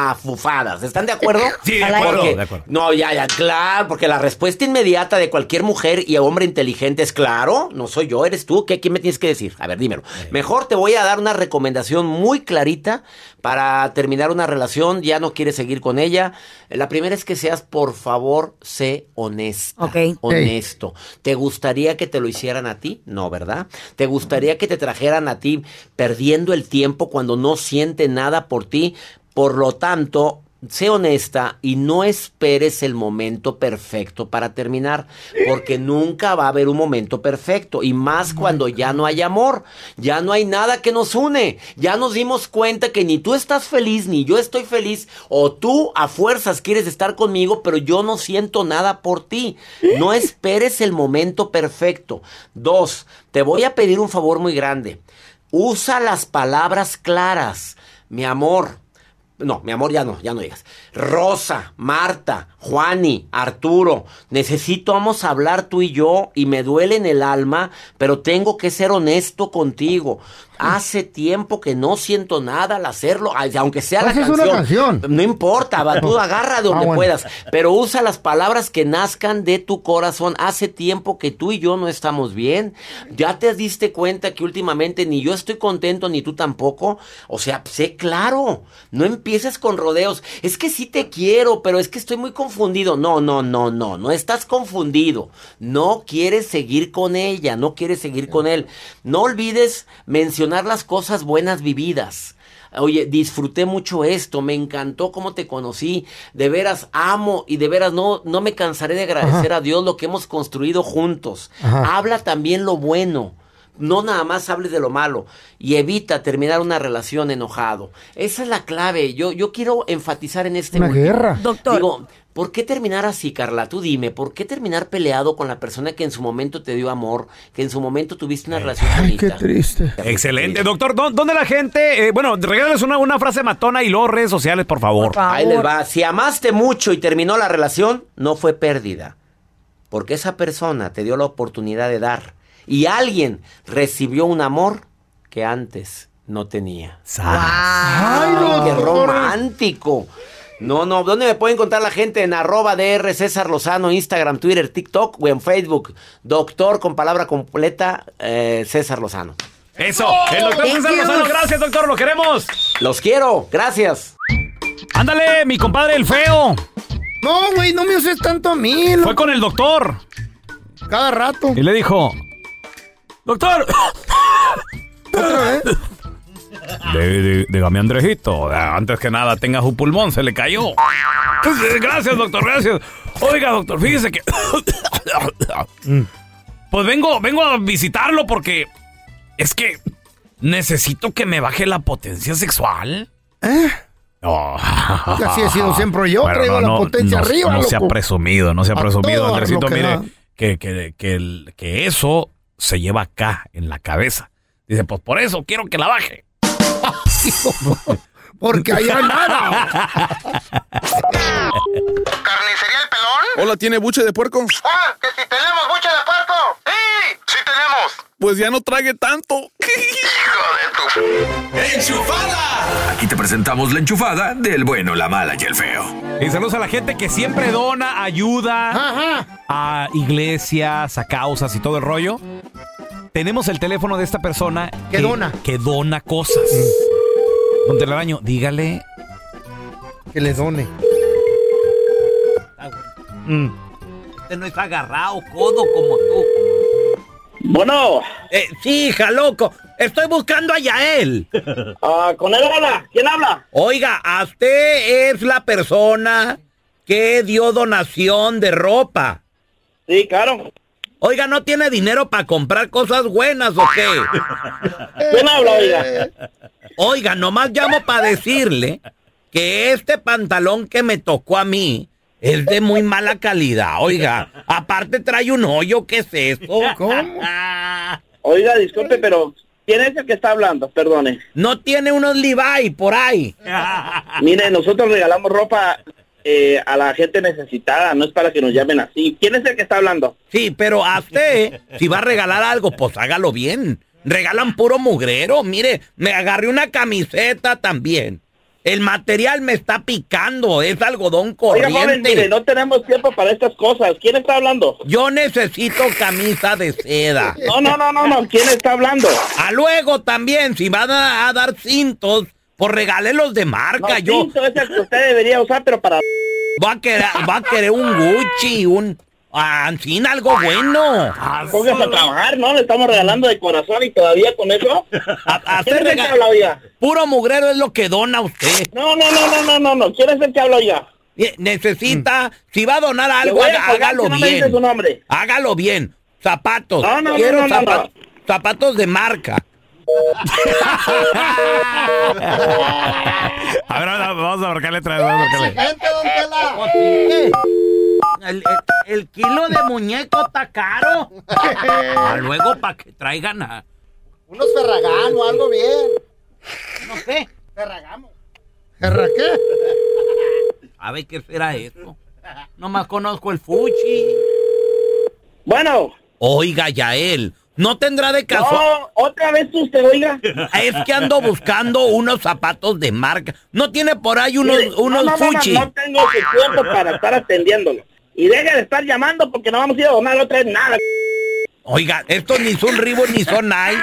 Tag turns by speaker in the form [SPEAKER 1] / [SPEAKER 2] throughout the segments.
[SPEAKER 1] mafufadas. ¿Están de acuerdo?
[SPEAKER 2] Sí, de acuerdo,
[SPEAKER 1] Porque-
[SPEAKER 2] de acuerdo.
[SPEAKER 1] No, ya, ya, claro, porque la respuesta inmediata de cualquier mujer y hombre inteligente es claro, no soy yo, eres tú. ¿Qué, ¿Qué me tienes que decir? A ver, dímelo. Mejor te voy a dar una recomendación muy clarita para terminar una relación. Ya no quieres seguir con ella. La primera es que seas, por favor, sé honesta.
[SPEAKER 3] Ok.
[SPEAKER 1] Honesta esto. ¿Te gustaría que te lo hicieran a ti? No, ¿verdad? ¿Te gustaría que te trajeran a ti perdiendo el tiempo cuando no siente nada por ti? Por lo tanto, sé honesta y no esperes el momento perfecto para terminar, porque nunca va a haber un momento perfecto y más cuando ya no hay amor, ya no hay nada que nos une, ya nos dimos cuenta que ni tú estás feliz ni yo estoy feliz o tú a fuerzas quieres estar conmigo, pero yo no siento nada por ti. No esperes el momento perfecto. Dos, te voy a pedir un favor muy grande. Usa las palabras claras. Mi amor. No, mi amor, ya no, ya no digas. Rosa, Marta, Juani, Arturo, necesitamos hablar tú y yo y me duele en el alma, pero tengo que ser honesto contigo. Hace tiempo que no siento nada al hacerlo, ay, aunque sea la
[SPEAKER 4] Pues es
[SPEAKER 1] canción.
[SPEAKER 4] una canción.
[SPEAKER 1] No importa, va, tú agarra de donde
[SPEAKER 4] Ah, bueno.
[SPEAKER 1] puedas, pero usa las palabras que nazcan de tu corazón. Hace tiempo que tú y yo no estamos bien. Ya te diste cuenta que últimamente ni yo estoy contento ni tú tampoco. O sea, pues, sé claro, no empieces con rodeos. Es que sí te quiero, pero es que estoy muy confundido. No, no, no, no, no estás confundido. No quieres seguir con ella, no quieres seguir con él. No olvides mencionar las cosas buenas vividas. Oye, disfruté mucho esto, me encantó cómo te conocí, de veras amo y de veras no, no me cansaré de agradecer a Dios lo que hemos construido juntos.
[SPEAKER 4] Ajá.
[SPEAKER 1] Habla también lo bueno. No nada más hables de lo malo y evita terminar una relación enojado. Esa es la clave. Yo, yo quiero enfatizar en este
[SPEAKER 4] Una
[SPEAKER 1] último.
[SPEAKER 4] guerra.
[SPEAKER 3] Doctor.
[SPEAKER 1] Digo, ¿por qué terminar así, Carla? Tú dime, ¿por qué terminar peleado con la persona que en su momento te dio amor, que en su momento tuviste una relación
[SPEAKER 4] Ay, qué
[SPEAKER 1] bonita?
[SPEAKER 4] triste.
[SPEAKER 2] Excelente. Doctor, ¿dó- ¿dónde la gente? eh, bueno, regálales una, una frase matona y luego redes sociales, por favor.
[SPEAKER 3] Por favor.
[SPEAKER 1] Ahí les va. Si amaste mucho y terminó la relación, no fue pérdida. Porque esa persona te dio la oportunidad de dar. Y alguien recibió un amor que antes no tenía.
[SPEAKER 4] Ay,
[SPEAKER 1] ¡Qué
[SPEAKER 4] doctor.
[SPEAKER 1] romántico! No, no, ¿dónde me puede encontrar la gente? En arroba DR César Lozano, Instagram, Twitter, TikTok o en Facebook. Doctor con palabra completa, eh, César Lozano.
[SPEAKER 2] Eso. El doctor
[SPEAKER 3] Thank
[SPEAKER 2] César
[SPEAKER 3] you.
[SPEAKER 2] Lozano, gracias, doctor. Lo queremos.
[SPEAKER 1] Los quiero, gracias.
[SPEAKER 2] Ándale, mi compadre el feo.
[SPEAKER 4] No, güey, no me uses tanto a mí. lo-
[SPEAKER 2] Fue con el doctor
[SPEAKER 4] Cada rato.
[SPEAKER 2] y le dijo: Doctor,
[SPEAKER 4] Otra vez.
[SPEAKER 2] dí- dí- dígame, Andrejito, antes que nada tenga su pulmón, se le cayó. Gracias, doctor, gracias. Oiga, doctor, fíjese que. Pues vengo, vengo a visitarlo porque es que necesito que me baje la potencia sexual.
[SPEAKER 4] ¿Eh?
[SPEAKER 2] Oh.
[SPEAKER 4] Que así he sido siempre yo,
[SPEAKER 2] Bueno,
[SPEAKER 4] traigo la potencia
[SPEAKER 2] no-
[SPEAKER 4] arriba,
[SPEAKER 2] No se ha
[SPEAKER 4] loco.
[SPEAKER 2] presumido, no se ha
[SPEAKER 4] A
[SPEAKER 2] presumido,
[SPEAKER 4] todo
[SPEAKER 2] Andresito.
[SPEAKER 4] lo que
[SPEAKER 2] Mire,
[SPEAKER 4] da.
[SPEAKER 2] que, que, que, el- que eso se lleva acá, en la cabeza. Dice, pues por eso quiero que la baje.
[SPEAKER 4] Porque allá nada.
[SPEAKER 5] ¿Carnicería El Pelón?
[SPEAKER 6] Hola, ¿tiene buche de puerco?
[SPEAKER 5] ¡Ah! ¡Que si tenemos buche de puerco! ¡Sí! ¡Sí tenemos!
[SPEAKER 6] Pues ya no trague tanto.
[SPEAKER 5] ¡Hijo de tu...
[SPEAKER 7] Aquí te presentamos la enchufada del bueno, la mala y el feo.
[SPEAKER 2] Y saludos a la gente que siempre dona, ayuda
[SPEAKER 4] Ajá.
[SPEAKER 2] a iglesias, a causas y todo el rollo. Tenemos el teléfono de esta persona
[SPEAKER 4] Que dona. Mm.
[SPEAKER 2] Que dona cosas. Don Telaraño, dígale.
[SPEAKER 4] Que le done.
[SPEAKER 2] Este no está agarrado, codo como tú.
[SPEAKER 8] Bueno,
[SPEAKER 2] Eh, sí, hija, loco. Estoy buscando a Yael.
[SPEAKER 8] ah, con él habla. ¿Quién habla?
[SPEAKER 2] Oiga, ¿a usted es la persona que dio donación de ropa.
[SPEAKER 8] Sí, claro.
[SPEAKER 2] Oiga, ¿no tiene dinero para comprar cosas buenas o qué?
[SPEAKER 8] ¿Quién habla, oiga?
[SPEAKER 2] Oiga, nomás llamo para decirle que este pantalón que me tocó a mí es de muy mala calidad. Oiga, aparte trae un hoyo, ¿qué es eso?
[SPEAKER 4] ¿Cómo?
[SPEAKER 8] Oiga, disculpe, pero ¿quién es el que está hablando? Perdone.
[SPEAKER 2] No tiene unos Levi por ahí.
[SPEAKER 8] Mire, nosotros regalamos ropa eh, a la gente necesitada, no es para que nos llamen así. ¿Quién es el que está hablando?
[SPEAKER 2] Sí, pero a usted, si va a regalar algo, pues hágalo bien. Regalan puro mugrero. Mire, me agarré una camiseta también. El material me está picando, es algodón
[SPEAKER 8] Oiga,
[SPEAKER 2] corriente.
[SPEAKER 8] joven, mire, no tenemos tiempo para estas cosas. ¿Quién está hablando?
[SPEAKER 2] Yo necesito camisa de seda.
[SPEAKER 8] No, no, no, no, no. ¿Quién está hablando?
[SPEAKER 2] A luego también, si van a, a dar cintos, pues regálelos de
[SPEAKER 8] No,
[SPEAKER 2] marca. Yo
[SPEAKER 8] cinto es el que usted debería usar, pero para...
[SPEAKER 2] voy a querer, voy a querer un Gucci, un Ancina, algo bueno.
[SPEAKER 8] Póngase a trabajar, ¿no? Le estamos regalando de corazón y todavía con eso.
[SPEAKER 2] A- a hacer
[SPEAKER 8] ¿Quién es el que
[SPEAKER 2] rega-
[SPEAKER 8] habla, oiga?
[SPEAKER 2] Puro mugrero es lo que dona usted.
[SPEAKER 8] No, no, no, no, no, no, no. ¿Quién es el que habla ya?
[SPEAKER 2] Ne- Necesita, si va a donar
[SPEAKER 8] Le
[SPEAKER 2] algo,
[SPEAKER 8] voy a
[SPEAKER 2] haga-
[SPEAKER 8] colgar
[SPEAKER 2] hágalo
[SPEAKER 8] si no me dice su
[SPEAKER 2] bien.
[SPEAKER 8] nombre.
[SPEAKER 2] Hágalo bien. Zapatos.
[SPEAKER 8] No, no,
[SPEAKER 2] Quiero
[SPEAKER 8] no, no, no,
[SPEAKER 2] zapa- zapatos de marca. a ver, vamos a marcarle otra
[SPEAKER 4] Gente, don Tela.
[SPEAKER 2] Oh, El, kilo de muñeco está caro. Ah, luego para que traigan a.
[SPEAKER 4] Unos ferragán o algo bien.
[SPEAKER 2] No sé.
[SPEAKER 4] ¿Ferra qué?
[SPEAKER 2] A ver qué será eso. Nomás conozco el Fuchi.
[SPEAKER 8] Bueno,
[SPEAKER 2] Oiga, Yael, ¿no tendrá de casualidad?
[SPEAKER 8] no, otra vez usted, oiga.
[SPEAKER 2] Es que ando buscando unos zapatos de marca. ¿No tiene por ahí unos,
[SPEAKER 8] Mire,
[SPEAKER 2] unos
[SPEAKER 8] no, no, no,
[SPEAKER 2] fuchi?
[SPEAKER 8] No, no tengo ese tiempo para estar atendiéndolo. Y deja de estar llamando porque no vamos a ir a donar otra vez nada.
[SPEAKER 2] Oiga, estos ni son Ribo ni son Nike.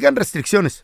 [SPEAKER 4] restricciones.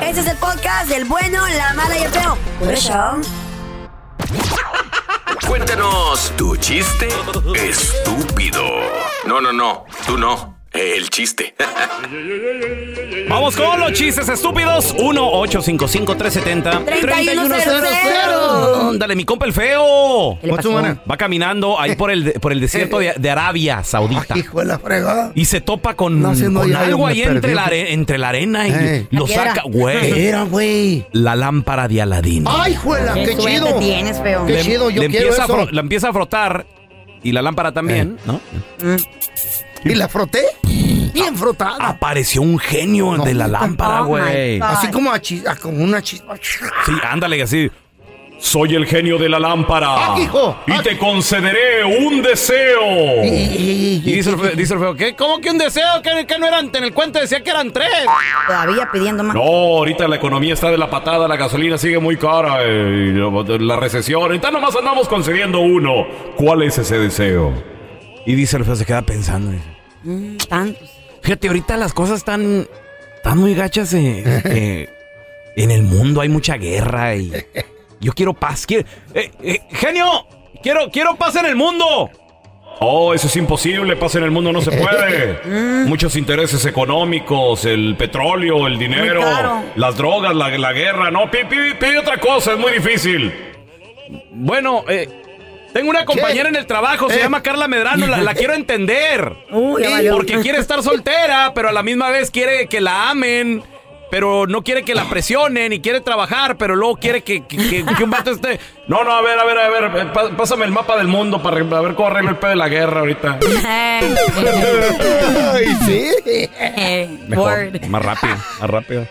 [SPEAKER 3] Ese Este es el podcast del bueno, la mala y el feo. Por eso.
[SPEAKER 7] Cuéntanos tu chiste estúpido. No, no, no, tú no. El chiste.
[SPEAKER 9] Vamos con los chistes estúpidos. 1-855-370-3100. Dale, mi compa el feo.
[SPEAKER 4] ¿Qué le pasó?
[SPEAKER 9] Va caminando ahí por el, por el desierto de, de Arabia Saudita.
[SPEAKER 4] Hijo de la fregada.
[SPEAKER 9] Y se topa con,
[SPEAKER 4] No, si no,
[SPEAKER 9] con
[SPEAKER 4] ya
[SPEAKER 9] algo
[SPEAKER 4] me
[SPEAKER 9] ahí entre
[SPEAKER 4] perdí.
[SPEAKER 9] la, are- entre la arena y
[SPEAKER 4] Ey.
[SPEAKER 9] lo
[SPEAKER 3] La piedra.
[SPEAKER 9] saca, güey.
[SPEAKER 4] Era, güey.
[SPEAKER 9] La lámpara de Aladín.
[SPEAKER 4] ¡Ay, juela! ¡Qué
[SPEAKER 3] suerte
[SPEAKER 4] chido!
[SPEAKER 3] tienes, feo.
[SPEAKER 4] ¡Qué
[SPEAKER 9] Le-
[SPEAKER 4] chido! Yo
[SPEAKER 9] le
[SPEAKER 4] quiero
[SPEAKER 9] empieza a
[SPEAKER 4] eso. Eh.
[SPEAKER 9] fro- la empieza a frotar y la lámpara también, ¿no?
[SPEAKER 4] ¿Y la froté? Bien
[SPEAKER 3] Ah,
[SPEAKER 4] frotada.
[SPEAKER 9] Apareció un genio
[SPEAKER 4] No.
[SPEAKER 9] de la lámpara,
[SPEAKER 3] Oh, my
[SPEAKER 9] güey.
[SPEAKER 3] God.
[SPEAKER 4] Así como, a chi- a- como una chispa.
[SPEAKER 9] Sí, ándale, así. Soy el genio de la lámpara.
[SPEAKER 4] Ah, hijo.
[SPEAKER 9] Y
[SPEAKER 4] Ah.
[SPEAKER 9] te concederé un
[SPEAKER 4] Y,
[SPEAKER 9] deseo.
[SPEAKER 4] y-
[SPEAKER 9] Y
[SPEAKER 4] y-
[SPEAKER 9] dice el feo, dice el feo, ¿qué? ¿Cómo que un deseo? ¿Qué, qué no eran? En el cuento decía que eran tres.
[SPEAKER 3] Todavía pidiendo más.
[SPEAKER 9] No, ahorita la economía está de la patada, la gasolina sigue muy cara, eh, y la, la recesión. Ahorita nomás andamos concediendo uno. ¿Cuál es ese deseo? Y dice el feo, se queda pensando. dice,
[SPEAKER 3] Mm, tantos.
[SPEAKER 9] Fíjate, ahorita las cosas están, están muy gachas. eh, eh, en el mundo hay mucha guerra y yo quiero paz. quiero- eh, eh, genio, quiero, quiero paz en el mundo. Oh, eso es imposible, paz en el mundo no se puede. Muchos intereses económicos, el petróleo, el dinero,
[SPEAKER 3] Muy caro.
[SPEAKER 9] las drogas, la, la guerra. No, pi- pi- pide, otra cosa, es muy difícil. Bueno, eh, tengo una compañera en el trabajo, se
[SPEAKER 4] Eh.
[SPEAKER 9] llama Carla Medrano, la- la quiero entender.
[SPEAKER 3] Uy, ya
[SPEAKER 9] Sí,
[SPEAKER 3] valió.
[SPEAKER 9] Porque quiere estar soltera, pero a la misma vez quiere que la amen, pero no quiere que la presionen y quiere trabajar, pero luego quiere que, que- que- que un vato esté. No, no, a ver, a ver, a ver. eh, pa- Pásame el mapa del mundo para arregl- a ver cómo arreglo el pedo de la guerra ahorita.
[SPEAKER 4] Ay, sí.
[SPEAKER 3] eh, Word.
[SPEAKER 9] Más rápido, más rápido.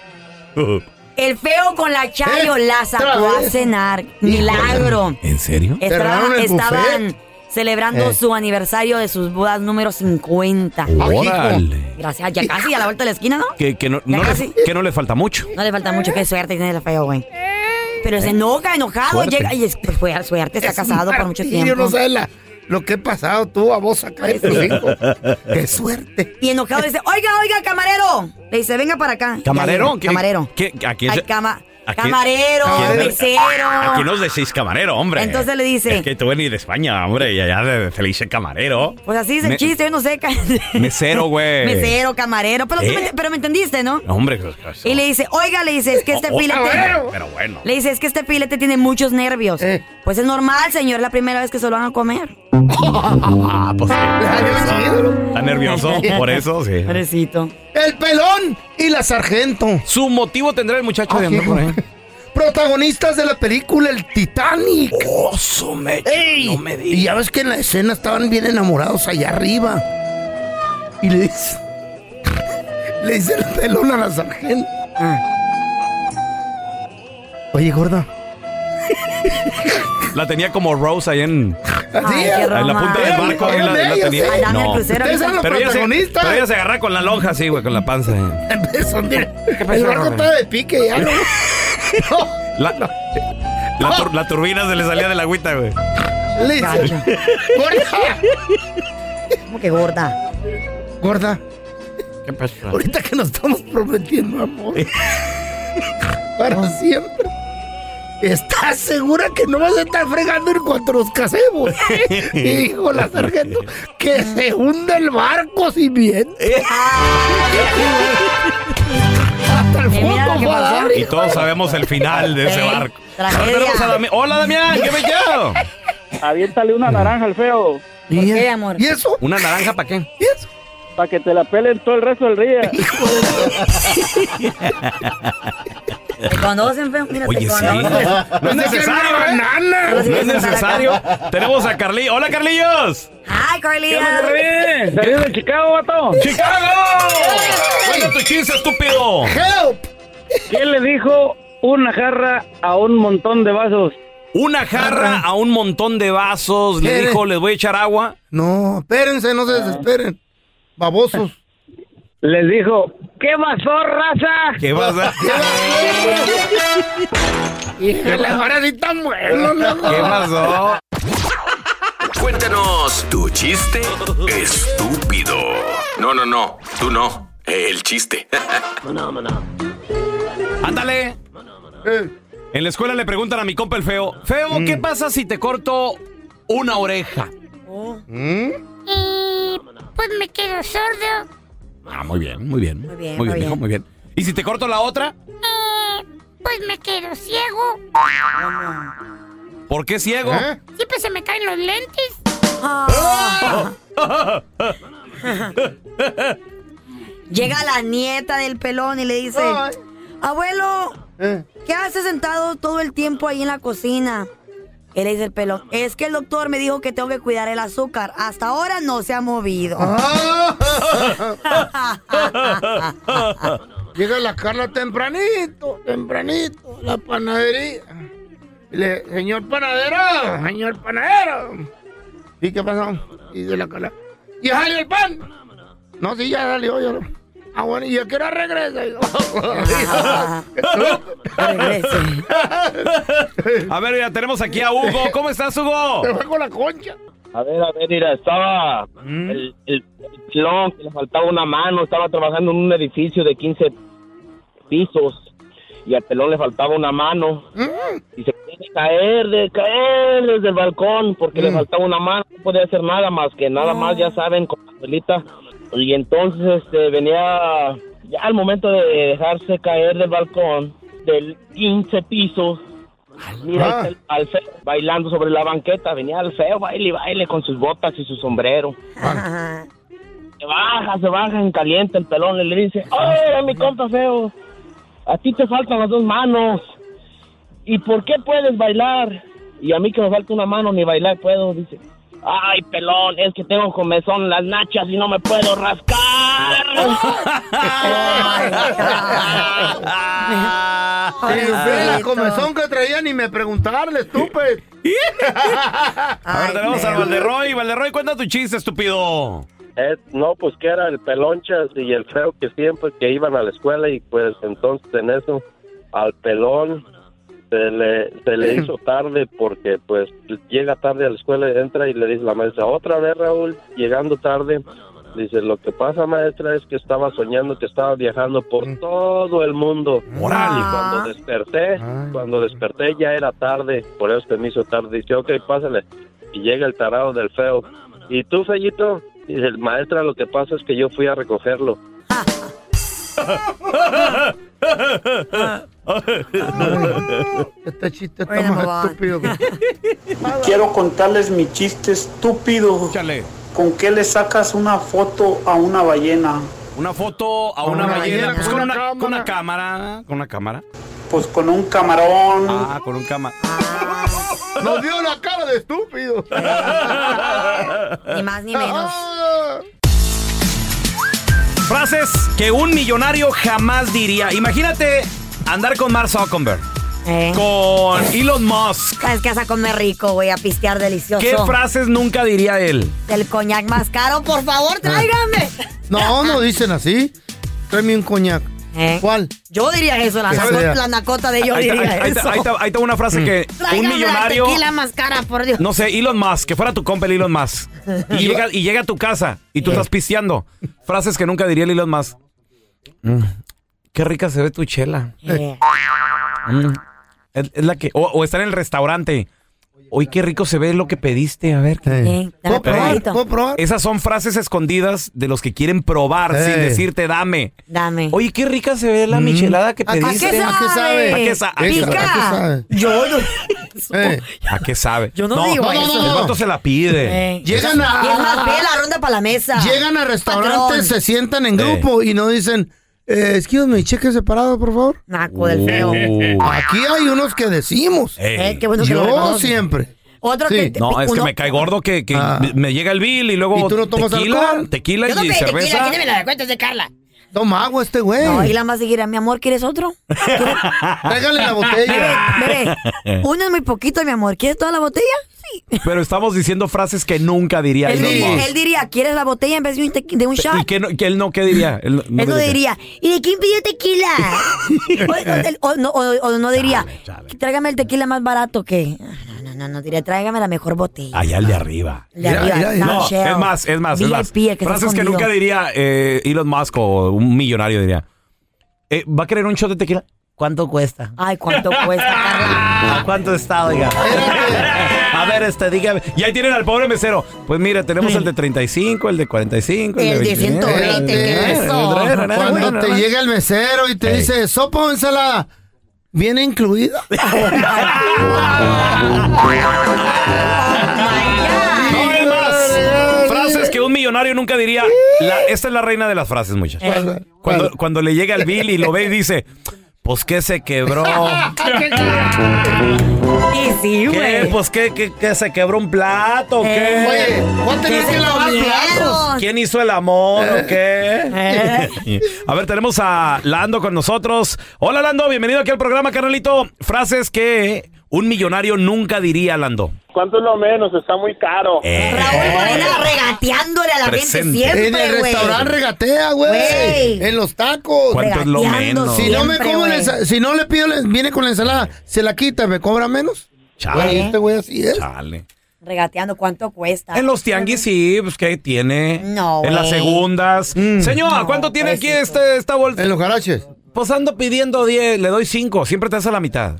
[SPEAKER 3] El feo con la Chayo
[SPEAKER 4] Eh,
[SPEAKER 3] la sacó
[SPEAKER 4] otra
[SPEAKER 3] a
[SPEAKER 4] vez.
[SPEAKER 3] celar. Milagro.
[SPEAKER 9] ¿En serio?
[SPEAKER 3] Estaban,
[SPEAKER 4] Cerraron el
[SPEAKER 3] estaban celebrando
[SPEAKER 4] Eh.
[SPEAKER 3] su aniversario de sus bodas número 50.
[SPEAKER 9] Órale.
[SPEAKER 3] Gracias. Ya casi a la vuelta de la esquina, ¿no?
[SPEAKER 9] Que, que no, no
[SPEAKER 3] Ya
[SPEAKER 9] le,
[SPEAKER 3] casi.
[SPEAKER 9] que no le falta mucho.
[SPEAKER 3] No le falta mucho. Qué suerte tiene el feo, güey. Pero se enoja, enojado.
[SPEAKER 9] Eh, Suerte.
[SPEAKER 3] Llega y es, pues, fue- suerte, está casado por mucho
[SPEAKER 4] Martirio,
[SPEAKER 3] tiempo. Pues
[SPEAKER 4] no sabes la- lo que he pasado tú a vos acá de tus hijos. ¡Qué suerte!
[SPEAKER 3] Y enojado dice, oiga, oiga, camarero. Le dice, venga para acá.
[SPEAKER 9] ¿Camarero?
[SPEAKER 3] Ya llega,
[SPEAKER 9] ¿Qué-
[SPEAKER 3] camarero.
[SPEAKER 9] qué- a quién
[SPEAKER 3] Ay,
[SPEAKER 9] se-
[SPEAKER 3] cama-
[SPEAKER 9] a quién-
[SPEAKER 3] camarero,
[SPEAKER 9] a quién-
[SPEAKER 3] mesero.
[SPEAKER 9] Aquí nos decís camarero, hombre.
[SPEAKER 3] Entonces le dice-
[SPEAKER 9] Es que tú venís de España, hombre, y allá se le dice camarero.
[SPEAKER 3] Pues así es el
[SPEAKER 9] Me-
[SPEAKER 3] chiste, yo no sé. ca-
[SPEAKER 9] Mesero, güey.
[SPEAKER 3] Mesero, camarero. Pero, tú
[SPEAKER 9] ¿Eh?
[SPEAKER 3] me, pero me entendiste, ¿no?
[SPEAKER 9] Hombre, ¿qué es eso?
[SPEAKER 3] Y le dice, oiga, le dice, es que este
[SPEAKER 9] Oh, oh,
[SPEAKER 3] filete.
[SPEAKER 9] pero- Pero bueno.
[SPEAKER 3] Le dice, es que este filete tiene muchos nervios.
[SPEAKER 4] Eh.
[SPEAKER 3] Pues es normal, señor, es la primera vez que se lo van a comer.
[SPEAKER 9] Ah, pues sí.
[SPEAKER 4] Ay, ídolo.
[SPEAKER 9] Está nervioso, por eso, sí.
[SPEAKER 3] Pobrecito.
[SPEAKER 4] El pelón y la sargento.
[SPEAKER 9] Su motivo tendrá el muchacho de
[SPEAKER 4] Ah,
[SPEAKER 9] andar
[SPEAKER 4] hijo.
[SPEAKER 9] por ahí.
[SPEAKER 4] Protagonistas de la película El Titanic.
[SPEAKER 9] Oso, me.
[SPEAKER 4] ¡Ey! y ya ves que en la escena estaban bien enamorados allá arriba. Y le dice. Le dice el pelón a la sargento.
[SPEAKER 9] Ah.
[SPEAKER 4] Oye, gorda.
[SPEAKER 9] La tenía como Rose ahí en.
[SPEAKER 4] Ay, qué
[SPEAKER 9] En la punta del
[SPEAKER 4] romántico.
[SPEAKER 9] barco.
[SPEAKER 4] Eran
[SPEAKER 9] la- la
[SPEAKER 4] ellos,
[SPEAKER 9] tenía.
[SPEAKER 4] ¿eh? Adán y el crucero, Ustedes eran los
[SPEAKER 9] ella se-
[SPEAKER 4] protagonistas.
[SPEAKER 9] pero ella se agarra con la lonja así, güey, con la panza. eh.
[SPEAKER 4] Empezó, mira,
[SPEAKER 9] pasó,
[SPEAKER 4] el barco
[SPEAKER 9] Robert?
[SPEAKER 4] estaba de pique ya, ¿no?
[SPEAKER 9] La, la tur- la turbina se le salía de la agüita, güey.
[SPEAKER 4] Le dice,
[SPEAKER 9] Gacho.
[SPEAKER 4] "Gorda".
[SPEAKER 3] ¿Cómo que gorda?
[SPEAKER 4] Gorda,
[SPEAKER 9] ¿Qué pasó?
[SPEAKER 4] ahorita que nos estamos prometiendo amor para siempre. ¿Estás segura que no vas a estar fregando en cuanto nos casemos? Dijo la sargento, que se hunda el barco si bien. Hasta el
[SPEAKER 3] Eh, mira lo
[SPEAKER 4] fondo
[SPEAKER 3] que
[SPEAKER 4] va a
[SPEAKER 3] pasó.
[SPEAKER 4] dar,
[SPEAKER 9] Y todos sabemos el final de ese
[SPEAKER 3] Ey,
[SPEAKER 9] barco.
[SPEAKER 3] tragedia.
[SPEAKER 9] Tenemos a Dami- Hola, Damián, ¿qué me quedo?
[SPEAKER 8] Aviéntale una naranja al feo.
[SPEAKER 4] ¿Y
[SPEAKER 3] qué, amor?
[SPEAKER 4] ¿Y eso?
[SPEAKER 9] ¿Una naranja para qué?
[SPEAKER 8] Para que te la pelen todo el resto del día.
[SPEAKER 3] ¿Te conocen, feo? Mira, te
[SPEAKER 9] Oye, sí.
[SPEAKER 3] conocen.
[SPEAKER 9] No es necesario, ¿eh? No
[SPEAKER 3] Ahora sí
[SPEAKER 9] es
[SPEAKER 3] que sentar acá.
[SPEAKER 9] necesario. Tenemos a Carly. Hola, Carlillos.
[SPEAKER 3] ¡Ay, Carlita!
[SPEAKER 8] ¿Salido de Chicago, vato?
[SPEAKER 9] ¡Chicago! Cuenta tu chiste, estúpido.
[SPEAKER 4] Help.
[SPEAKER 8] ¿Quién le dijo una jarra a un montón de vasos?
[SPEAKER 9] Una jarra a un montón de vasos. Le
[SPEAKER 4] ¿Qué?
[SPEAKER 9] dijo, les voy a echar agua.
[SPEAKER 4] No, espérense, no se desesperen. Babosos.
[SPEAKER 8] Les dijo, ¿qué pasó, raza?
[SPEAKER 9] ¿Qué pasa?
[SPEAKER 4] Híjole, ahora sí están buenos, loco.
[SPEAKER 9] ¿Qué pasó?
[SPEAKER 7] Cuéntanos tu chiste estúpido. No, no, no. Tú no. El chiste.
[SPEAKER 9] Ándale.
[SPEAKER 4] Eh,
[SPEAKER 9] En la escuela le preguntan a mi compa el feo. Feo, ¿qué pasa si te corto una oreja? Oh.
[SPEAKER 10] ¿Mm? Y pues me quedo sordo.
[SPEAKER 9] Ah, muy bien, muy bien. Muy
[SPEAKER 10] bien,
[SPEAKER 9] muy
[SPEAKER 10] muy
[SPEAKER 9] bien, mijo,
[SPEAKER 10] bien.
[SPEAKER 9] muy bien. ¿Y si te corto la otra?
[SPEAKER 10] Eh, pues me quedo ciego.
[SPEAKER 9] ¿Por qué ciego?
[SPEAKER 10] Siempre se me caen los lentes.
[SPEAKER 3] Llega la nieta del pelón y le dice, abuelo, ¿qué haces sentado todo el tiempo ahí en la cocina? Y le dice el pelón, es que el doctor me dijo que tengo que cuidar el azúcar. Hasta ahora no se ha movido.
[SPEAKER 4] Llega la Carla tempranito, tempranito, a la panadería. Y Le, señor panadero, señor panadero. ¿Y qué pasó? Y de la Carla. ¿Ya salió el pan? No, sí, ya salió, ya lo- Ah, bueno, ¿y a qué hora regresa? Y-
[SPEAKER 9] A ver, ya tenemos aquí a Hugo. ¿Cómo estás, Hugo?
[SPEAKER 4] Se fue con la concha.
[SPEAKER 8] A ver, a ver, mira, estaba el, el, el clon que le faltaba una mano, estaba trabajando en un edificio de 15 pisos y al pelón le faltaba una mano y se tenía que caer, de caer desde el balcón porque le faltaba una mano, no podía hacer nada más que nada más, ya saben, con la abuelita. Y entonces este, venía ya al momento de dejarse caer del balcón del 15 pisos. Mira
[SPEAKER 4] Ah.
[SPEAKER 8] al- al feo bailando sobre la banqueta, venía al feo baile y baile con sus botas y su sombrero. Se baja, se baja en caliente el pelón y le dice, ¡Ay, mi compa feo! A ti te faltan las dos manos. ¿Y por qué puedes bailar? Y a mí que me falta una mano ni bailar puedo, dice. Ay, pelón, es que tengo comezón en las nachas y no me puedo rascar. Oh
[SPEAKER 4] Y usted la comezón que traía ni me preguntaron, estúpido.
[SPEAKER 9] A ver, tenemos a Valderroy. Valderroy, cuenta tu chiste, estúpido.
[SPEAKER 11] Eh, no, pues que era el pelonchas y el feo que siempre que iban a la escuela y pues entonces en eso al pelón se le, se le hizo tarde porque pues llega tarde a la escuela, entra y le dice la maestra, otra vez Raúl, llegando tarde, dice, lo que pasa maestra es que estaba soñando que estaba viajando por
[SPEAKER 9] Mm.
[SPEAKER 11] todo el mundo. Y cuando desperté,
[SPEAKER 9] Ah.
[SPEAKER 11] cuando desperté ya era tarde, por eso se me hizo tarde, dice, ok, pásale. Y llega el tarado del feo. ¿Y tú, Fellito? Dice el maestra, lo que pasa es que yo fui a recogerlo.
[SPEAKER 4] Este chiste está más estúpido que...
[SPEAKER 12] Quiero contarles mi chiste estúpido. ¿Con qué le sacas una foto a una ballena?
[SPEAKER 9] Una foto a una,
[SPEAKER 12] una
[SPEAKER 9] ballena.
[SPEAKER 12] ballena,
[SPEAKER 9] pues,
[SPEAKER 12] con
[SPEAKER 9] con,
[SPEAKER 12] una
[SPEAKER 9] una, con una cámara. Con una cámara.
[SPEAKER 12] Pues con un camarón.
[SPEAKER 9] Ah, con un cámara.
[SPEAKER 4] Nos dio la cara de estúpido.
[SPEAKER 3] Ni más ni menos.
[SPEAKER 4] Ah.
[SPEAKER 9] Frases que un millonario jamás diría. Imagínate andar con Mark Zuckerberg.
[SPEAKER 3] Eh.
[SPEAKER 9] con Elon Musk.
[SPEAKER 3] Sabes que vas a comer rico, güey, a pistear delicioso.
[SPEAKER 9] ¿Qué frases nunca diría él?
[SPEAKER 3] Del coñac más caro, por favor, tráigame.
[SPEAKER 4] No, no dicen así. Tráeme un coñac.
[SPEAKER 3] ¿Eh?
[SPEAKER 4] ¿Cuál?
[SPEAKER 3] Yo diría eso, la,
[SPEAKER 9] Que
[SPEAKER 3] naco-
[SPEAKER 9] sea.
[SPEAKER 3] la nacota de yo
[SPEAKER 9] ahí, está-
[SPEAKER 3] diría
[SPEAKER 9] ahí está-
[SPEAKER 3] eso.
[SPEAKER 9] ahí está- ahí está una frase que un
[SPEAKER 3] Tráigame
[SPEAKER 9] millonario,
[SPEAKER 3] la tequila más cara, por Dios.
[SPEAKER 9] no sé, Elon Musk, que fuera tu compa el Elon Musk, y llega, y llega a tu casa y
[SPEAKER 3] Eh.
[SPEAKER 9] tú estás pisteando. Frases que nunca diría el Elon Musk. Mm, qué rica se ve tu chela. Mm, es, es la que, o, o está en el restaurante. Hoy qué rico se ve lo que pediste, a ver.
[SPEAKER 4] ¿Puedo probar?
[SPEAKER 9] Ey,
[SPEAKER 4] ¿Puedo probar?
[SPEAKER 9] Esas son frases escondidas de los que quieren probar
[SPEAKER 4] Ey.
[SPEAKER 9] sin decirte dame.
[SPEAKER 3] Dame.
[SPEAKER 9] Oye, qué rica se ve la
[SPEAKER 4] Mm.
[SPEAKER 9] michelada que
[SPEAKER 4] ¿A qué
[SPEAKER 9] pediste.
[SPEAKER 4] sabe? ¿A qué sabe?
[SPEAKER 9] ¿A qué sa- a qué
[SPEAKER 4] Pica.
[SPEAKER 9] sabe?
[SPEAKER 4] ¿A qué sabe?
[SPEAKER 3] Yo, yo.
[SPEAKER 9] ¿A qué sabe?
[SPEAKER 3] Yo no digo eso.
[SPEAKER 9] El vato se la pide.
[SPEAKER 3] Eh.
[SPEAKER 4] Llegan a-
[SPEAKER 3] Y es más, pide la ronda para la mesa.
[SPEAKER 4] Llegan a
[SPEAKER 3] Patrón.
[SPEAKER 4] restaurantes, se sientan en grupo y no dicen, eh, excuse me, cheque separado, por favor.
[SPEAKER 3] Naco del feo.
[SPEAKER 4] Aquí hay unos que decimos.
[SPEAKER 9] Uh. Ey.
[SPEAKER 3] Eh, qué bueno que lo
[SPEAKER 4] Yo
[SPEAKER 3] reconoce.
[SPEAKER 4] siempre.
[SPEAKER 3] Otro
[SPEAKER 4] Sí.
[SPEAKER 3] que te-
[SPEAKER 9] No, es que
[SPEAKER 3] uno-
[SPEAKER 9] me cae gordo que, que me- me llega el bill y luego
[SPEAKER 4] ¿Y tú no tomas
[SPEAKER 9] tequila,
[SPEAKER 4] alcohol?
[SPEAKER 9] tequila
[SPEAKER 3] Yo no
[SPEAKER 9] y
[SPEAKER 3] pedí tequila,
[SPEAKER 9] cerveza.
[SPEAKER 3] aquí me la cuentas de Carla.
[SPEAKER 4] Toma agua este güey.
[SPEAKER 3] No, y la más seguirá, mi amor, ¿quieres otro?
[SPEAKER 4] Tráigale la botella.
[SPEAKER 3] Bebé, Eh, uno es muy poquito, mi amor. ¿Quieres toda la botella?
[SPEAKER 9] Pero estamos diciendo frases que nunca diría
[SPEAKER 3] Él,
[SPEAKER 9] Elon
[SPEAKER 3] diría,
[SPEAKER 9] Musk.
[SPEAKER 3] él diría, ¿quieres la botella en vez de un, tequi- de un
[SPEAKER 9] ¿Y
[SPEAKER 3] shot?
[SPEAKER 9] que, no- que él no qué diría? Él
[SPEAKER 3] Él no diría, ¿y de quién pidió tequila? o, o- o no, o- o no diría, tráigame el tequila más barato que... No, no, no, no diría, tráigame la mejor botella.
[SPEAKER 9] Allá el de arriba.
[SPEAKER 3] El de arriba,
[SPEAKER 9] No,
[SPEAKER 3] Shell,
[SPEAKER 9] es más, es más, es más.
[SPEAKER 3] VIP, el que está
[SPEAKER 9] Frases que
[SPEAKER 3] escondido.
[SPEAKER 9] nunca diría eh, Elon Musk o un millonario diría. Eh, ¿Va a querer un shot de tequila? ¿Cuánto cuesta?
[SPEAKER 3] Ay, ¿cuánto cuesta, Carla?
[SPEAKER 9] ¿A Ah, cuánto está, oiga? A ver, este, dígame. Y ahí tienen al pobre mesero. Pues mira, tenemos el de 35, el de 45, el,
[SPEAKER 3] El de 120,
[SPEAKER 9] Eh,
[SPEAKER 3] ¿qué es eso?
[SPEAKER 4] Cuando te llega el mesero y te
[SPEAKER 9] Ey.
[SPEAKER 4] dice, sopa o ensalada, viene incluida.
[SPEAKER 9] No, es más. Frases que un millonario nunca diría. La- esta es la reina de las frases, muchachos.
[SPEAKER 4] ¿Cuál?
[SPEAKER 9] Cuando, cuando le llega el bill y lo ve y dice, pues que se quebró.
[SPEAKER 3] Y sí,
[SPEAKER 9] ¿Qué?
[SPEAKER 3] güey. Eh,
[SPEAKER 9] Pues que, que- que se quebró un plato, o ¿qué?
[SPEAKER 4] Oye, ¿cuánto
[SPEAKER 3] ¿Qué
[SPEAKER 4] tenés
[SPEAKER 3] se
[SPEAKER 4] que lavar
[SPEAKER 3] comieron?
[SPEAKER 9] ¿Quién hizo el amor o qué?
[SPEAKER 3] Eh.
[SPEAKER 9] A ver, tenemos a Lando con nosotros. Hola, Lando, bienvenido aquí al programa, carnalito. Frases que un millonario nunca diría, Lando.
[SPEAKER 13] ¿Cuánto es lo menos? Está muy caro.
[SPEAKER 9] Eh.
[SPEAKER 3] Morena regateándole a la
[SPEAKER 9] Presente.
[SPEAKER 3] gente siempre,
[SPEAKER 4] En el
[SPEAKER 3] güey.
[SPEAKER 4] restaurante regatea, güey.
[SPEAKER 3] Güey.
[SPEAKER 4] En los tacos.
[SPEAKER 9] ¿Cuánto es lo
[SPEAKER 4] Regateando
[SPEAKER 9] menos?
[SPEAKER 4] Si no me
[SPEAKER 3] siempre,
[SPEAKER 4] como la
[SPEAKER 3] güey.
[SPEAKER 4] ensa- si no le pido, la- viene con la ensalada, se la quita, ¿me cobra menos?
[SPEAKER 9] Chale.
[SPEAKER 4] Güey, este güey así es.
[SPEAKER 9] Chale.
[SPEAKER 3] Regateando, ¿cuánto cuesta?
[SPEAKER 9] En los tianguis sí, pues que tiene.
[SPEAKER 3] No,
[SPEAKER 9] En las
[SPEAKER 3] güey.
[SPEAKER 9] segundas. Señora,
[SPEAKER 3] No,
[SPEAKER 9] ¿cuánto tiene aquí
[SPEAKER 3] pobrecito.
[SPEAKER 9] este, esta bolsa?
[SPEAKER 4] Mm. En los garaches.
[SPEAKER 9] Pues ando pidiendo 10, le doy 5, siempre te hace la mitad.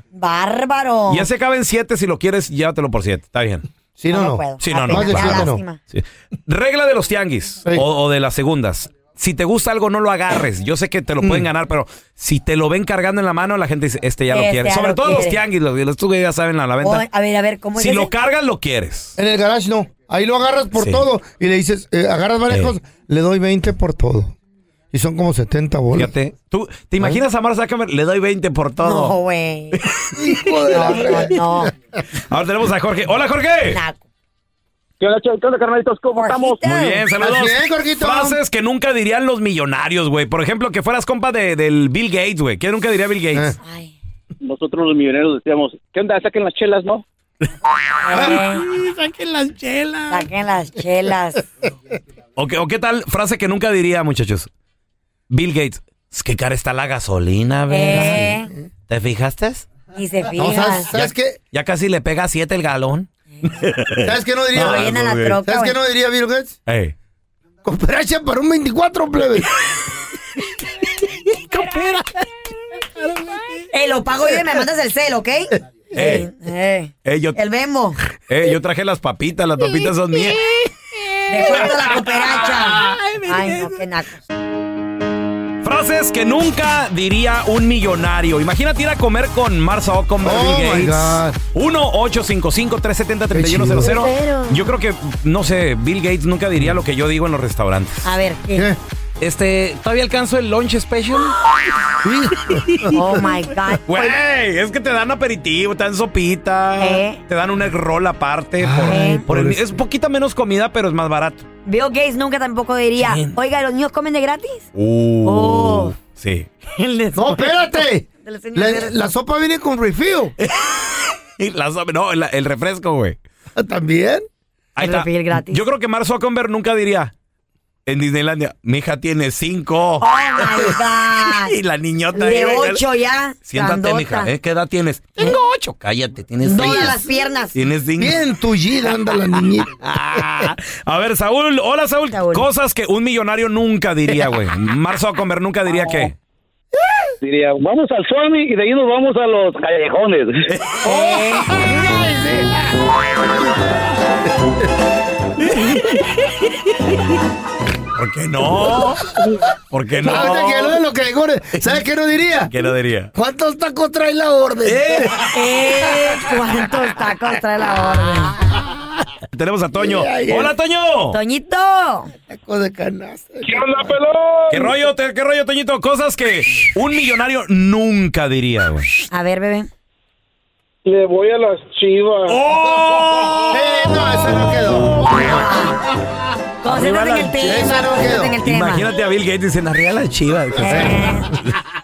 [SPEAKER 3] Bárbaro.
[SPEAKER 9] Ya se caben 7, si lo quieres, llévatelo por 7, está bien.
[SPEAKER 4] Sí, no,
[SPEAKER 3] No
[SPEAKER 4] no.
[SPEAKER 3] puedo. Ah,
[SPEAKER 9] Sí, no, no.
[SPEAKER 4] Más de
[SPEAKER 9] claro.
[SPEAKER 4] siete, no.
[SPEAKER 3] Lástima.
[SPEAKER 9] Sí. Regla de los tianguis
[SPEAKER 4] Ey.
[SPEAKER 9] o, o de las segundas. Si te gusta algo, no lo agarres. Yo sé que te lo
[SPEAKER 4] Mm.
[SPEAKER 9] pueden ganar, pero si te lo ven cargando en la mano, la gente dice, este ya lo
[SPEAKER 3] Este
[SPEAKER 9] quiere.
[SPEAKER 3] ya
[SPEAKER 9] Sobre
[SPEAKER 3] lo
[SPEAKER 9] todo los
[SPEAKER 3] quiere.
[SPEAKER 9] tianguis, los, los tú que ya saben a la
[SPEAKER 3] O-
[SPEAKER 9] venta.
[SPEAKER 3] a ver, a ver, ¿cómo es
[SPEAKER 9] si
[SPEAKER 3] ese?
[SPEAKER 9] lo cargas, lo quieres.
[SPEAKER 4] En el garage no. Ahí lo agarras por
[SPEAKER 9] Sí.
[SPEAKER 4] todo y le dices, eh, agarras varias
[SPEAKER 9] Ey.
[SPEAKER 4] cosas, le doy 20 por todo. Y son como 70 bolas.
[SPEAKER 9] Fíjate. ¿Tú te imaginas a Mar Zuckerberg? Le doy 20 por todo.
[SPEAKER 3] No, güey.
[SPEAKER 4] Hijo de la fregada.
[SPEAKER 3] No, no.
[SPEAKER 9] Ahora tenemos a Jorge. ¡Hola, Jorge!
[SPEAKER 3] Naco.
[SPEAKER 13] ¿Qué onda, Che? ¿Qué onda, carnalitos? ¿Cómo estamos?
[SPEAKER 3] Jorgito.
[SPEAKER 9] Muy bien, saludos.
[SPEAKER 4] Así es, Jorgito.
[SPEAKER 9] Frases que nunca dirían los millonarios, güey. Por ejemplo, que fueras compa de, del Bill Gates, güey. ¿Qué nunca diría Bill
[SPEAKER 4] Eh.
[SPEAKER 9] Gates?
[SPEAKER 3] Ay.
[SPEAKER 13] Nosotros los millonarios decíamos, ¿qué onda? Saquen las chelas, ¿no?
[SPEAKER 3] Saquen las chelas. Saquen las chelas.
[SPEAKER 9] ¿O, qué, o qué tal frase que nunca diría, muchachos? Bill Gates. Es que cara está la gasolina, güey.
[SPEAKER 3] Eh,
[SPEAKER 9] ¿Te fijaste?
[SPEAKER 3] y se fijan.
[SPEAKER 4] No, ¿sabes, sabes qué?
[SPEAKER 9] Ya casi le pega siete el galón.
[SPEAKER 4] ¿Sabes qué no diría?
[SPEAKER 3] Lo llena la
[SPEAKER 9] Eh. güey.
[SPEAKER 3] troca,
[SPEAKER 4] ¿Sabes
[SPEAKER 3] güey.
[SPEAKER 4] qué no diría Bill Gates?
[SPEAKER 9] Ey.
[SPEAKER 4] Cooperacha para un 24, plebe.
[SPEAKER 3] Eh, lo pago yo y me mandas el cel, ¿ok?
[SPEAKER 9] Eh.
[SPEAKER 3] Sí, eh.
[SPEAKER 9] Ey, yo,
[SPEAKER 3] El memo.
[SPEAKER 9] ey, yo traje las papitas, las papitas son mías.
[SPEAKER 3] Me cuento la cooperacha. Ay, no, qué naco.
[SPEAKER 9] Frases que nunca diría un millonario. Imagínate ir a comer con Marza o con
[SPEAKER 4] Oh, my
[SPEAKER 9] Bill Gates. 1-855-370-3100. Yo creo que, no sé, Bill Gates nunca diría lo que yo digo en los restaurantes.
[SPEAKER 3] A ver, ¿qué?
[SPEAKER 4] ¿Qué?
[SPEAKER 9] Este, ¿todavía alcanzo el lunch special?
[SPEAKER 3] Oh my God.
[SPEAKER 9] Güey, es que te dan aperitivo, te dan sopita,
[SPEAKER 3] Eh.
[SPEAKER 9] te dan un egg roll aparte. por-
[SPEAKER 4] Ay,
[SPEAKER 9] por el-
[SPEAKER 4] pobrecito.
[SPEAKER 9] es poquita menos comida, pero es más barato.
[SPEAKER 3] Bill Gates nunca tampoco diría, oiga, ¿los niños comen de gratis?
[SPEAKER 9] Uh,
[SPEAKER 3] Oh.
[SPEAKER 9] Oh. Sí.
[SPEAKER 4] no, espérate.
[SPEAKER 3] del señor
[SPEAKER 4] La,
[SPEAKER 3] Garrett.
[SPEAKER 4] la sopa viene con refill.
[SPEAKER 9] La sopa- no, la- el refresco, güey.
[SPEAKER 4] ¿También?
[SPEAKER 9] Ahí está. Yo creo que Mark Zuckerberg nunca diría en Disneylandia, mi hija tiene cinco.
[SPEAKER 3] Oh my God.
[SPEAKER 9] y la niñota
[SPEAKER 3] De
[SPEAKER 9] ahí, güey,
[SPEAKER 3] ocho ya.
[SPEAKER 9] Siéntate,
[SPEAKER 3] grandota.
[SPEAKER 9] mija. ¿eh? ¿Qué edad tienes? Tengo ocho. Cállate, tienes
[SPEAKER 3] Todas
[SPEAKER 9] seis.
[SPEAKER 3] las piernas.
[SPEAKER 9] Tienes cinco.
[SPEAKER 4] Bien tullida anda la niñita.
[SPEAKER 9] A ver, Saúl. Hola, Saúl. Cosas que un millonario nunca diría, güey. Mark Zuckerberg nunca diría que.
[SPEAKER 13] Diría, vamos al Swami y de ahí nos vamos a los callejones.
[SPEAKER 9] ¿Por qué no? ¿Por qué no?
[SPEAKER 4] Ahorita Ah, que lo de los callejones, ¿sabes qué no diría?
[SPEAKER 9] ¿Qué no diría?
[SPEAKER 4] ¿Cuántos tacos trae la orden?
[SPEAKER 3] Eh, ¿Cuántos tacos trae la
[SPEAKER 9] Tenemos a Toño.
[SPEAKER 3] orden?
[SPEAKER 9] Hola, Toño.
[SPEAKER 3] Toñito.
[SPEAKER 4] Tacos de canasta.
[SPEAKER 9] ¿Qué ¿Qué rollo, te- qué rollo, Toñito? Cosas que un millonario nunca diría, güey.
[SPEAKER 3] A ver, bebé.
[SPEAKER 14] Le voy a las chivas.
[SPEAKER 9] ¡Oh!
[SPEAKER 4] Eh, no, esa no quedó.
[SPEAKER 3] Concéntrate en el tema. concéntrate en el tema.
[SPEAKER 9] Imagínate a Bill Gates diciendo, arriba las chivas.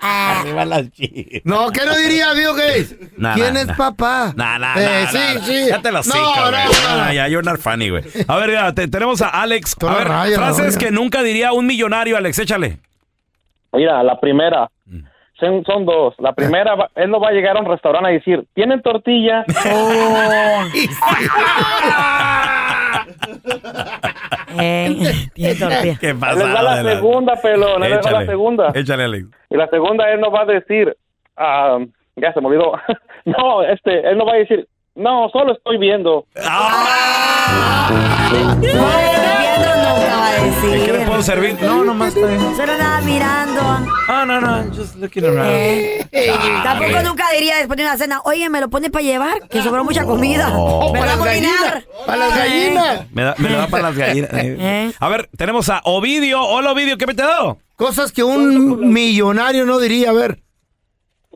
[SPEAKER 9] arriba las chivas.
[SPEAKER 4] No, ¿qué no diría, Bill Gates?
[SPEAKER 9] Nah,
[SPEAKER 4] ¿Quién
[SPEAKER 9] nah,
[SPEAKER 4] es
[SPEAKER 9] nah.
[SPEAKER 4] papá?
[SPEAKER 9] Nah, nah,
[SPEAKER 4] Eh,
[SPEAKER 9] nah,
[SPEAKER 4] sí,
[SPEAKER 9] nah, nah.
[SPEAKER 4] sí.
[SPEAKER 9] Ya te las
[SPEAKER 4] No,
[SPEAKER 9] no,
[SPEAKER 4] no, no.
[SPEAKER 9] Ya, you're not funny, güey. A ver, ya, te- tenemos a Alex. A ver,
[SPEAKER 14] raya,
[SPEAKER 9] frases
[SPEAKER 14] raya.
[SPEAKER 9] que nunca diría un millonario, Alex, échale.
[SPEAKER 13] Mira, la primera.
[SPEAKER 9] Mm.
[SPEAKER 13] Son, son dos. La primera, va- él no va a llegar a un restaurante a decir, ¿tienen tortilla?
[SPEAKER 3] tiene tortilla.
[SPEAKER 9] ¿Qué
[SPEAKER 13] Él les da la segunda, pelón. Él les da la
[SPEAKER 9] Échale.
[SPEAKER 13] segunda.
[SPEAKER 9] Échale, Alex.
[SPEAKER 13] Y la segunda, él no va a decir, ah, ya se me olvidó. no, este, él no va a decir, no, solo estoy viendo.
[SPEAKER 9] Ah. ¿En qué le puedo servir? No, nomás está bien.
[SPEAKER 3] Solo nada mirando.
[SPEAKER 9] Ah, no, no, just looking around.
[SPEAKER 3] Eh. Tampoco nunca diría después de una cena, oye, ¿me lo pones para llevar? Que sobró mucha comida.
[SPEAKER 9] Oh.
[SPEAKER 3] ¿Me lo
[SPEAKER 9] Para
[SPEAKER 3] va a
[SPEAKER 9] las
[SPEAKER 3] cocinar? Eh.
[SPEAKER 4] ¡Para las gallinas!
[SPEAKER 9] Me, da, me lo da para las gallinas. A ver, tenemos a Ovidio. Hola, Ovidio, ¿qué me te ha dado?
[SPEAKER 4] Cosas que un millonario no diría, a ver.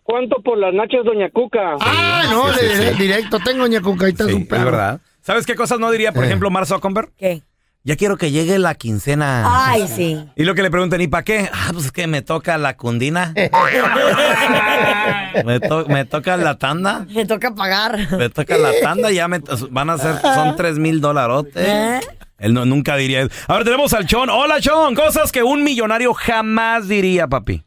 [SPEAKER 14] ¿Cuánto por las nachas, doña Cuca?
[SPEAKER 4] Ah, no, le diré directo. Tengo ña con caíta su perro.
[SPEAKER 9] ¿Sabes qué cosas no diría, por ejemplo, Marzo Zuckerberg?
[SPEAKER 3] ¿Qué?
[SPEAKER 9] Eh. Ya quiero que llegue la quincena.
[SPEAKER 3] Ay, sí.
[SPEAKER 9] Y lo que le preguntan, ¿y para qué? Ah, pues es que me toca la cundina. me, to- me toca la tanda.
[SPEAKER 3] Le toca pagar.
[SPEAKER 9] Me toca la tanda, ya me pues, van a ser, son tres mil
[SPEAKER 3] Eh.
[SPEAKER 9] dolarotes. Él no, nunca diría eso. Ahora tenemos al Chon. Hola, Chon. Cosas que un millonario jamás diría, papi.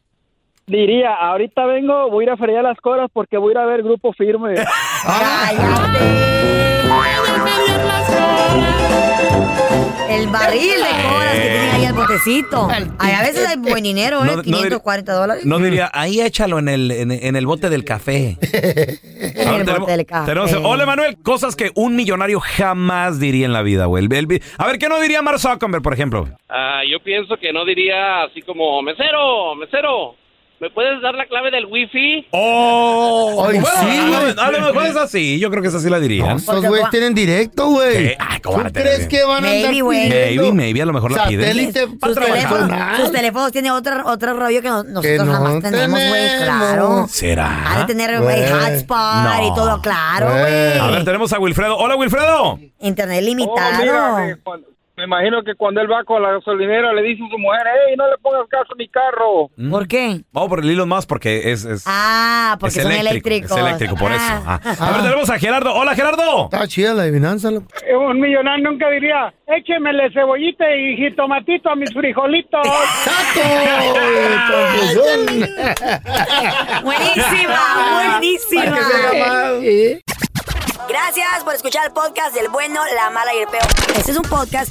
[SPEAKER 14] Diría, ahorita vengo, voy a ir a freír las coras porque voy a ir a ver grupo firme.
[SPEAKER 3] El barril
[SPEAKER 9] Eh.
[SPEAKER 3] de coras que tenía ahí el botecito. Ay, a veces hay buen dinero, ¿eh?
[SPEAKER 9] No, no dir-
[SPEAKER 3] 540 dólares.
[SPEAKER 9] No diría, ahí échalo en el, en, en el bote del café.
[SPEAKER 3] En el bote del café.
[SPEAKER 9] Tenemos- hola, Manuel. Cosas que un millonario jamás diría en la vida, güey. El- el- a ver, ¿qué no diría Mark Zuckerberg, por ejemplo?
[SPEAKER 15] Ah, yo pienso que no diría así como, mesero, mesero, ¿me puedes dar la clave del wifi?
[SPEAKER 9] ¡Oh!
[SPEAKER 4] Ay, sí, güey.
[SPEAKER 9] a lo mejor es así. Yo creo que es así la diría.
[SPEAKER 4] Estos güeyes tienen directo, güey.
[SPEAKER 9] ¿Qué? Ay, ¿cómo van a tener
[SPEAKER 4] ¿Crees
[SPEAKER 9] bien?
[SPEAKER 4] que van a andar
[SPEAKER 3] Maybe, güey.
[SPEAKER 4] pidiendo
[SPEAKER 9] Maybe, maybe, a lo mejor la piden.
[SPEAKER 4] satélite para
[SPEAKER 3] Sus
[SPEAKER 4] trabajar?
[SPEAKER 3] teléfonos, sus teléfonos tienen otro, otro rollo que no- nosotros
[SPEAKER 4] no
[SPEAKER 3] jamás tenemos, güey,
[SPEAKER 4] tenemos.
[SPEAKER 3] claro.
[SPEAKER 9] ¿Será?
[SPEAKER 3] Ha de tener, güey,
[SPEAKER 9] Güey.
[SPEAKER 3] hotspot y
[SPEAKER 9] No.
[SPEAKER 3] todo, claro, güey.
[SPEAKER 9] A ver, tenemos a Wilfredo. Hola, Wilfredo.
[SPEAKER 3] Internet
[SPEAKER 14] Oh, mira,
[SPEAKER 3] limitado.
[SPEAKER 14] me- cuando- me imagino que cuando él va con la gasolinera le dice a su mujer, hey, no le pongas caso a mi carro.
[SPEAKER 3] ¿Por qué?
[SPEAKER 9] Vamos por el hilo más porque es. es
[SPEAKER 3] ah, porque
[SPEAKER 9] es
[SPEAKER 3] son
[SPEAKER 9] Es
[SPEAKER 3] eléctricos.
[SPEAKER 9] eléctrico, por eso.
[SPEAKER 3] Ah.
[SPEAKER 9] Ah. A ver, tenemos a Gerardo. Hola, Gerardo.
[SPEAKER 4] Está chida la adivinanza. loco.
[SPEAKER 14] Un millonario nunca diría, échemele cebollita y jitomatito a mis frijolitos.
[SPEAKER 3] Buenísima, buenísima.
[SPEAKER 4] Eh.
[SPEAKER 3] Gracias por escuchar el podcast del bueno, la mala y el peor. Este es un podcast